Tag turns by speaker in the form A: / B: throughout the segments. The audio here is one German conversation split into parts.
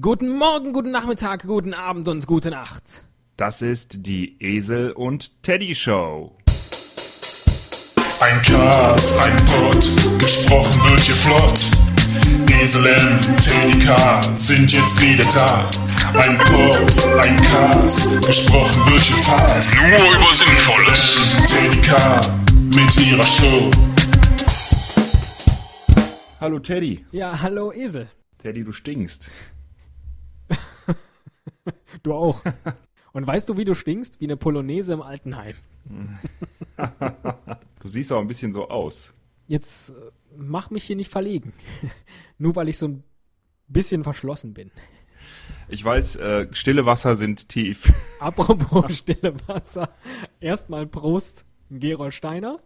A: Guten Morgen, guten Nachmittag, guten Abend und gute Nacht.
B: Das ist die Esel und Teddy Show.
C: Ein Cast, ein Pod, gesprochen wird hier flott. Esel M, Teddy K sind jetzt wieder da. Ein Pod, ein Cast, gesprochen wird hier fast.
D: Nur über Sinnvolles.
C: Esel M, Teddy K mit ihrer Show.
B: Hallo Teddy.
A: Ja, hallo Esel.
B: Teddy, du stinkst.
A: Du auch. Und weißt du, wie du stinkst? Wie eine Polonaise im Altenheim.
B: Du siehst auch ein bisschen so aus.
A: Jetzt äh, mach mich hier nicht verlegen. Nur weil ich so ein bisschen verschlossen bin.
B: Ich weiß, äh, stille Wasser sind tief.
A: Apropos stille Wasser. Erstmal Prost, Gerold Steiner.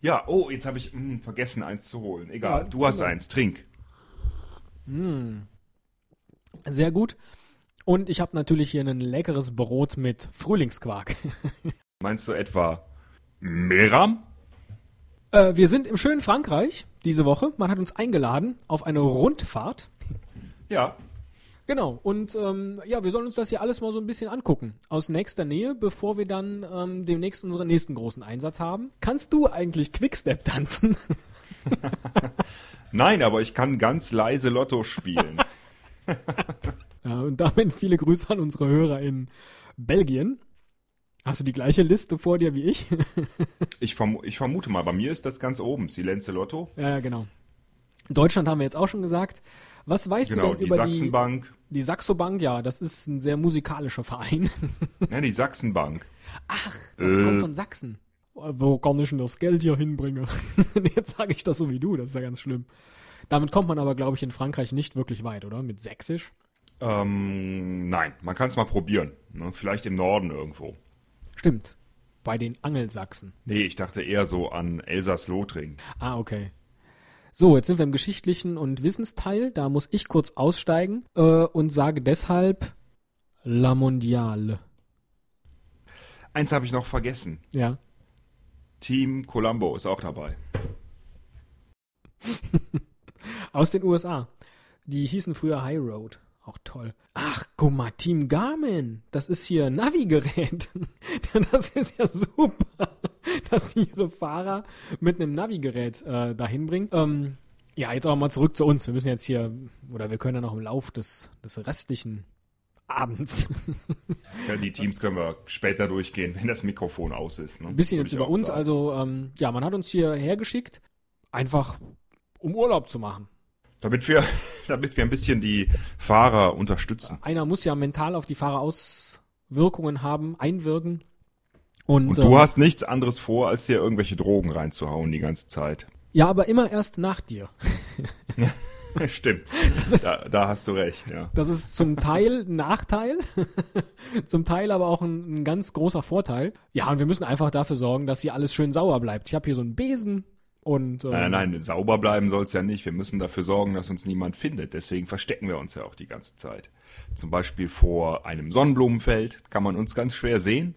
B: Ja, oh, jetzt habe ich mm, vergessen, eins zu holen. Egal,
A: Ja, genau.
B: du hast
A: egal.
B: eins, trink.
A: Sehr gut. Und ich habe natürlich hier ein leckeres Brot mit Frühlingsquark.
B: Meinst du etwa Meram?
A: Äh, wir sind im schönen Frankreich diese Woche. Man hat uns eingeladen auf eine Rundfahrt.
B: Ja.
A: Genau, und ähm, ja, wir sollen uns das hier alles mal so ein bisschen angucken. Aus nächster Nähe, bevor wir dann ähm, demnächst unseren nächsten großen Einsatz haben. Kannst du eigentlich Quickstep tanzen?
B: Nein, aber ich kann ganz leise Lotto spielen.
A: ja, und damit viele Grüße an unsere Hörer in Belgien. Hast du die gleiche Liste vor dir wie ich?
B: ich, verm ich vermute mal, bei mir ist das ganz oben, Silenze Lotto.
A: ja, ja, genau. Deutschland haben wir jetzt auch schon gesagt. Was weißt
B: Genau,
A: du denn
B: die
A: über
B: Sachsenbank.
A: die, die Saxobank? Ja, das ist ein sehr musikalischer Verein.
B: Ne, die Sachsenbank.
A: Das
B: Äh.
A: kommt von Sachsen. Wo kann ich denn das Geld hier hinbringen? Jetzt sage ich das so wie du, das ist ja ganz schlimm. Damit kommt man aber, glaube ich, in Frankreich nicht wirklich weit, oder? Mit Sächsisch?
B: Ähm, nein, man kann es mal probieren. Ne? Vielleicht im Norden irgendwo.
A: Stimmt. Bei den Angelsachsen.
B: Nee, ich dachte eher so an Elsass-Lothringen.
A: Ah, okay. So, jetzt sind wir im geschichtlichen und Wissensteil. Da muss ich kurz aussteigen äh, und sage deshalb La Mondiale.
B: Eins habe ich noch vergessen.
A: Ja.
B: Team Colombo ist auch dabei.
A: Aus den USA. Die hießen früher High Road. Auch toll. Ach, guck mal, Team Garmin. Das ist hier ein Navigerät. Das ist ja super, dass die ihre Fahrer mit einem Navigerät äh, dahin bringen. Ähm, ja, jetzt aber mal zurück zu uns. Wir müssen jetzt hier, oder wir können ja noch im Lauf des, des restlichen Abends
B: Ja, die Teams können wir später durchgehen, wenn das Mikrofon aus ist. Ne?
A: ein bisschen
B: Würde
A: jetzt
B: ich
A: über
B: auch
A: uns.
B: sagen.
A: Also, ähm, ja, man hat uns hierher geschickt, einfach um Urlaub zu machen.
B: Damit wir, damit wir ein bisschen die Fahrer unterstützen.
A: einer muss ja mental auf die Fahrer Auswirkungen haben, einwirken. Und,
B: Und
A: ähm,
B: du hast nichts anderes vor, als hier irgendwelche Drogen reinzuhauen die ganze Zeit.
A: ja, aber immer erst nach dir.
B: Stimmt.
A: ist-
B: Da, da hast du recht, ja.
A: Das ist zum Teil ein Nachteil, zum Teil aber auch ein, ein ganz großer Vorteil. Ja, und wir müssen einfach dafür sorgen, dass hier alles schön sauer bleibt. Ich habe hier so einen Besen und ähm,
B: Nein, nein, nein, sauber bleiben soll's ja nicht. Wir müssen dafür sorgen, dass uns niemand findet. Deswegen verstecken wir uns ja auch die ganze Zeit. Zum Beispiel vor einem Sonnenblumenfeld kann man uns ganz schwer sehen.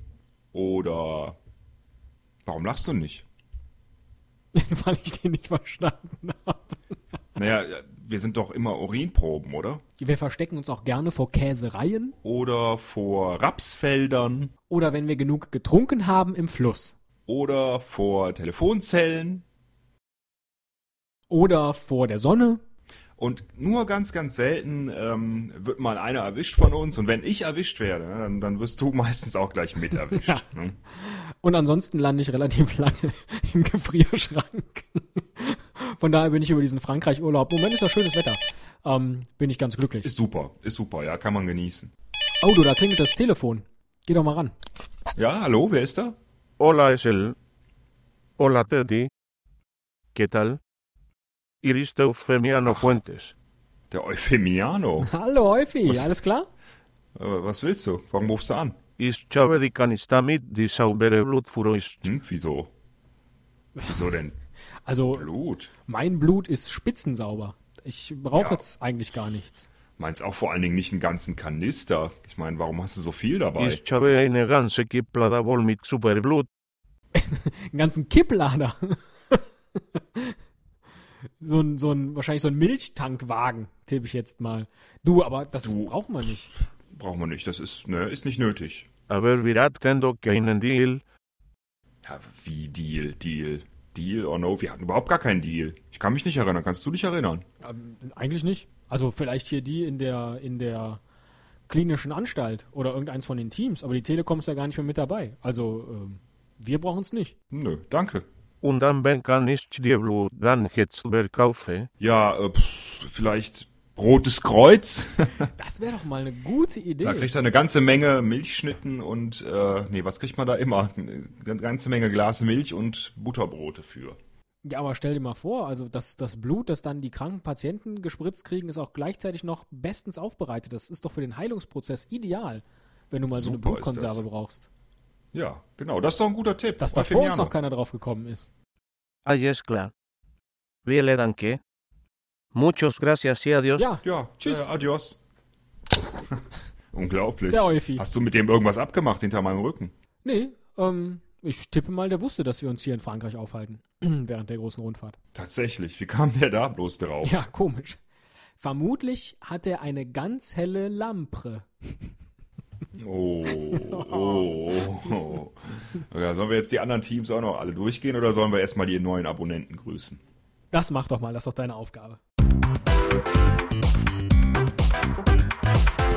B: Oder warum lachst du nicht?
A: weil ich den nicht verstanden habe.
B: Naja, wir sind doch immer Urinproben, oder?
A: Wir verstecken uns auch gerne vor Käsereien
B: Oder vor Rapsfeldern.
A: oder wenn wir genug getrunken haben im Fluss
B: Oder vor Telefonzellen.
A: oder vor der Sonne.
B: Und nur ganz, ganz selten ähm, wird mal einer erwischt von uns. Und wenn ich erwischt werde, ne, dann, dann wirst du meistens auch gleich mit erwischt. ne?
A: Und ansonsten lande ich relativ lange im Gefrierschrank. Von daher bin ich über diesen Frankreich-Urlaub. Im Moment ist ja schönes Wetter. Ähm, bin ich ganz glücklich.
B: Ist super, ist super, ja, kann man genießen.
A: Oh, du, da klingelt das Telefon. Geh doch mal ran.
B: Ja, hallo, wer ist da?
E: Hola Esel. Hola Teddy. ¿Qué tal? Iris Eufemiano Fuentes.
B: Der Euphemiano.
A: Hallo, Häufi.
B: Was?
A: Alles klar?
B: Äh, Was willst du? Warum rufst du an?
E: Ich habe die Kanistamit, die saubere Blut für euch.
B: Hm, wieso? Wieso denn?
A: Also,
B: Blut.
A: mein Blut ist spitzensauber. Ich brauche
B: Ja.
A: jetzt eigentlich gar nichts.
B: Meinst auch vor allen Dingen nicht einen ganzen Kanister? Ich meine, warum hast du so viel dabei?
E: Ich habe eine ganze Kiplada voll mit Superblut.
A: Einen ganzen Kipplader. so ein, so ein, wahrscheinlich so ein Milchtankwagen, tippe ich jetzt mal. Du, aber das
B: Du.
A: braucht man nicht.
B: Brauchen wir nicht, das ist, ne, ist nicht nötig.
E: Aber wir hatten doch keinen Deal.
B: Ja, wie Deal, Deal, Deal or no? Wir hatten überhaupt gar keinen Deal. Ich kann mich nicht erinnern, kannst du dich erinnern?
A: Ähm, eigentlich nicht. Also vielleicht hier die in der, in der klinischen Anstalt oder irgendeins von den Teams, aber die Telekom ist ja gar nicht mehr mit dabei. Also ähm, wir brauchen es nicht.
B: Nö, danke.
E: Und dann ben kann ich dir Blut, dann jetzt verkaufe.
B: Ja, äh, pff, vielleicht Rotes Kreuz?
A: Das wäre doch mal eine gute Idee.
B: Da kriegt er eine ganze Menge Milchschnitten und, äh, nee, was kriegt man da immer? Eine ganze Menge Glas Milch und Butterbrote für.
A: Ja, aber stell dir mal vor, also das, das Blut, das dann die kranken Patienten gespritzt kriegen, ist auch gleichzeitig noch bestens aufbereitet. Das ist doch für den Heilungsprozess ideal, wenn du mal so eine
B: Super ist das.
A: Blutkonserve brauchst.
B: Ja, genau, das ist doch ein guter Tipp.
A: Dass da vor uns
B: Raffignano.
A: noch keiner drauf gekommen ist.
E: Alles klar. Wir lernen que. Muchos gracias y adiós.
A: Ja,
B: Ja,
A: Tschüss.
B: tschüss. Äh, adios. Unglaublich.
A: Der Eufi.
B: Hast du mit dem irgendwas abgemacht hinter meinem Rücken?
A: nee, ähm, ich tippe mal, der wusste, dass wir uns hier in Frankreich aufhalten, während der großen Rundfahrt.
B: Tatsächlich, wie kam der da bloß drauf?
A: Ja, komisch. Vermutlich hat er eine ganz helle Lampre.
B: Oh, oh, oh. Ja, sollen wir jetzt die anderen Teams auch noch alle durchgehen oder sollen wir erstmal die neuen Abonnenten grüßen?
A: Das mach doch mal, das ist doch deine Aufgabe.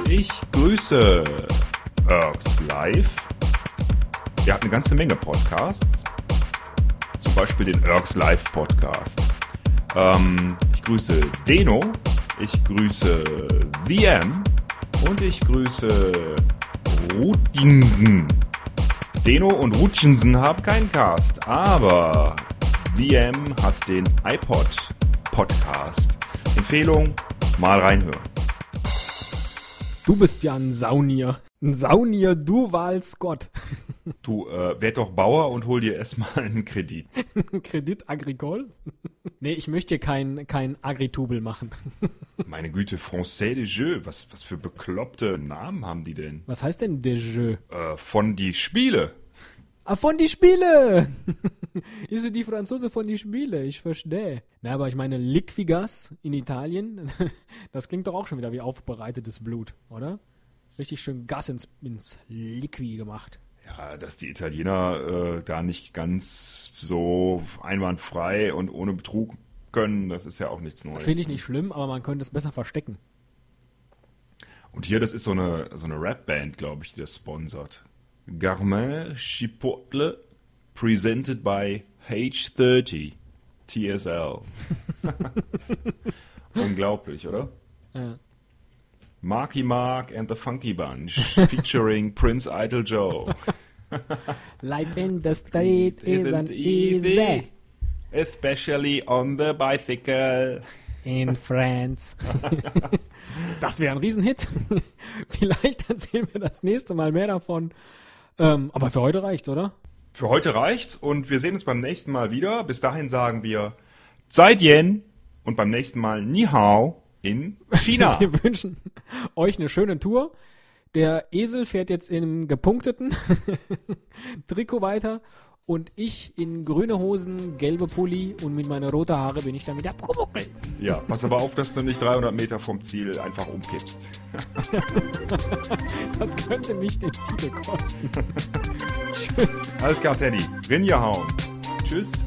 B: Ich grüße Irks Live. Der hat eine ganze Menge Podcasts. Zum Beispiel den Irks Live Podcast. Ähm, ich grüße Deno. Ich grüße The M. Und ich grüße Rutinsen. Deno und Rutschensen haben keinen Cast, aber VM hat den iPod Podcast. Empfehlung, mal reinhören.
A: Du bist ja ein Saunier. Ein Saunier Duval Scott.
B: Du, äh, werd doch Bauer und hol dir erstmal einen Kredit.
A: Kredit Agricole? nee, ich möchte hier kein, kein Agritubel machen.
B: Meine Güte, Français de Jeu, was, was für bekloppte Namen haben die denn?
A: Was heißt denn de jeu?
B: Äh, von die Spiele.
A: Ah, von die Spiele! Ist die Franzose von die Spiele, ich verstehe. Na, aber ich meine, Liquigas in Italien, das klingt doch auch schon wieder wie aufbereitetes Blut, oder? Richtig schön Gas ins, ins Liqui gemacht.
B: Ja, dass die Italiener äh, da nicht ganz so einwandfrei und ohne Betrug können, das ist ja auch nichts Neues.
A: Finde ich nicht schlimm, aber man könnte es besser verstecken.
B: Und hier, das ist so eine, so eine Rap-Band, glaube ich, die das sponsert. Garmin Chipotle, presented by H30 TSL. Unglaublich, oder?
A: Ja.
B: Marky Mark and the Funky Bunch, featuring Prince Idol Joe.
A: Life in the street
B: Isn't
A: isn't easy
B: Especially on the bicycle.
A: in France. das wäre ein Riesenhit. Vielleicht erzählen wir das nächste Mal mehr davon. Ähm, aber für heute reicht's, oder?
B: Für heute reicht's und wir sehen uns beim nächsten Mal wieder. Bis dahin sagen wir Zeit Yen und beim nächsten Mal Ni Hao in China.
A: Wir wünschen euch eine schöne Tour. Der Esel fährt jetzt im gepunkteten Trikot weiter und ich in grüne Hosen, gelbe Pulli und mit meiner roten Haare bin ich dann wieder Pumuckl.
B: ja, pass aber auf, dass du nicht 300 Meter vom Ziel einfach umkippst.
A: Das könnte mich den Titel kosten. Tschüss.
B: Alles klar, Teddy. Rin Hao. Tschüss.